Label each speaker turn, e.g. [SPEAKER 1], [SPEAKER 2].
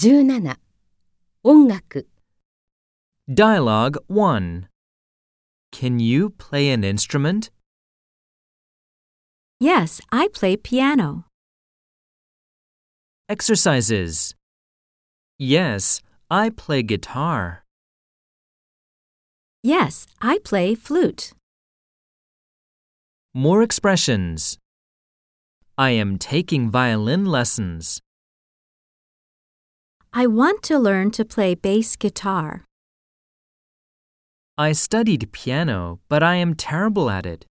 [SPEAKER 1] 17音楽
[SPEAKER 2] Dialogue 1 Can you play an instrument?
[SPEAKER 3] Yes, I play piano.
[SPEAKER 2] Exercises. Yes, I play guitar.
[SPEAKER 3] Yes, I play flute.
[SPEAKER 2] More expressions. I am taking violin lessons.
[SPEAKER 3] I want to learn to play bass guitar.
[SPEAKER 2] I studied piano, but I am terrible at it.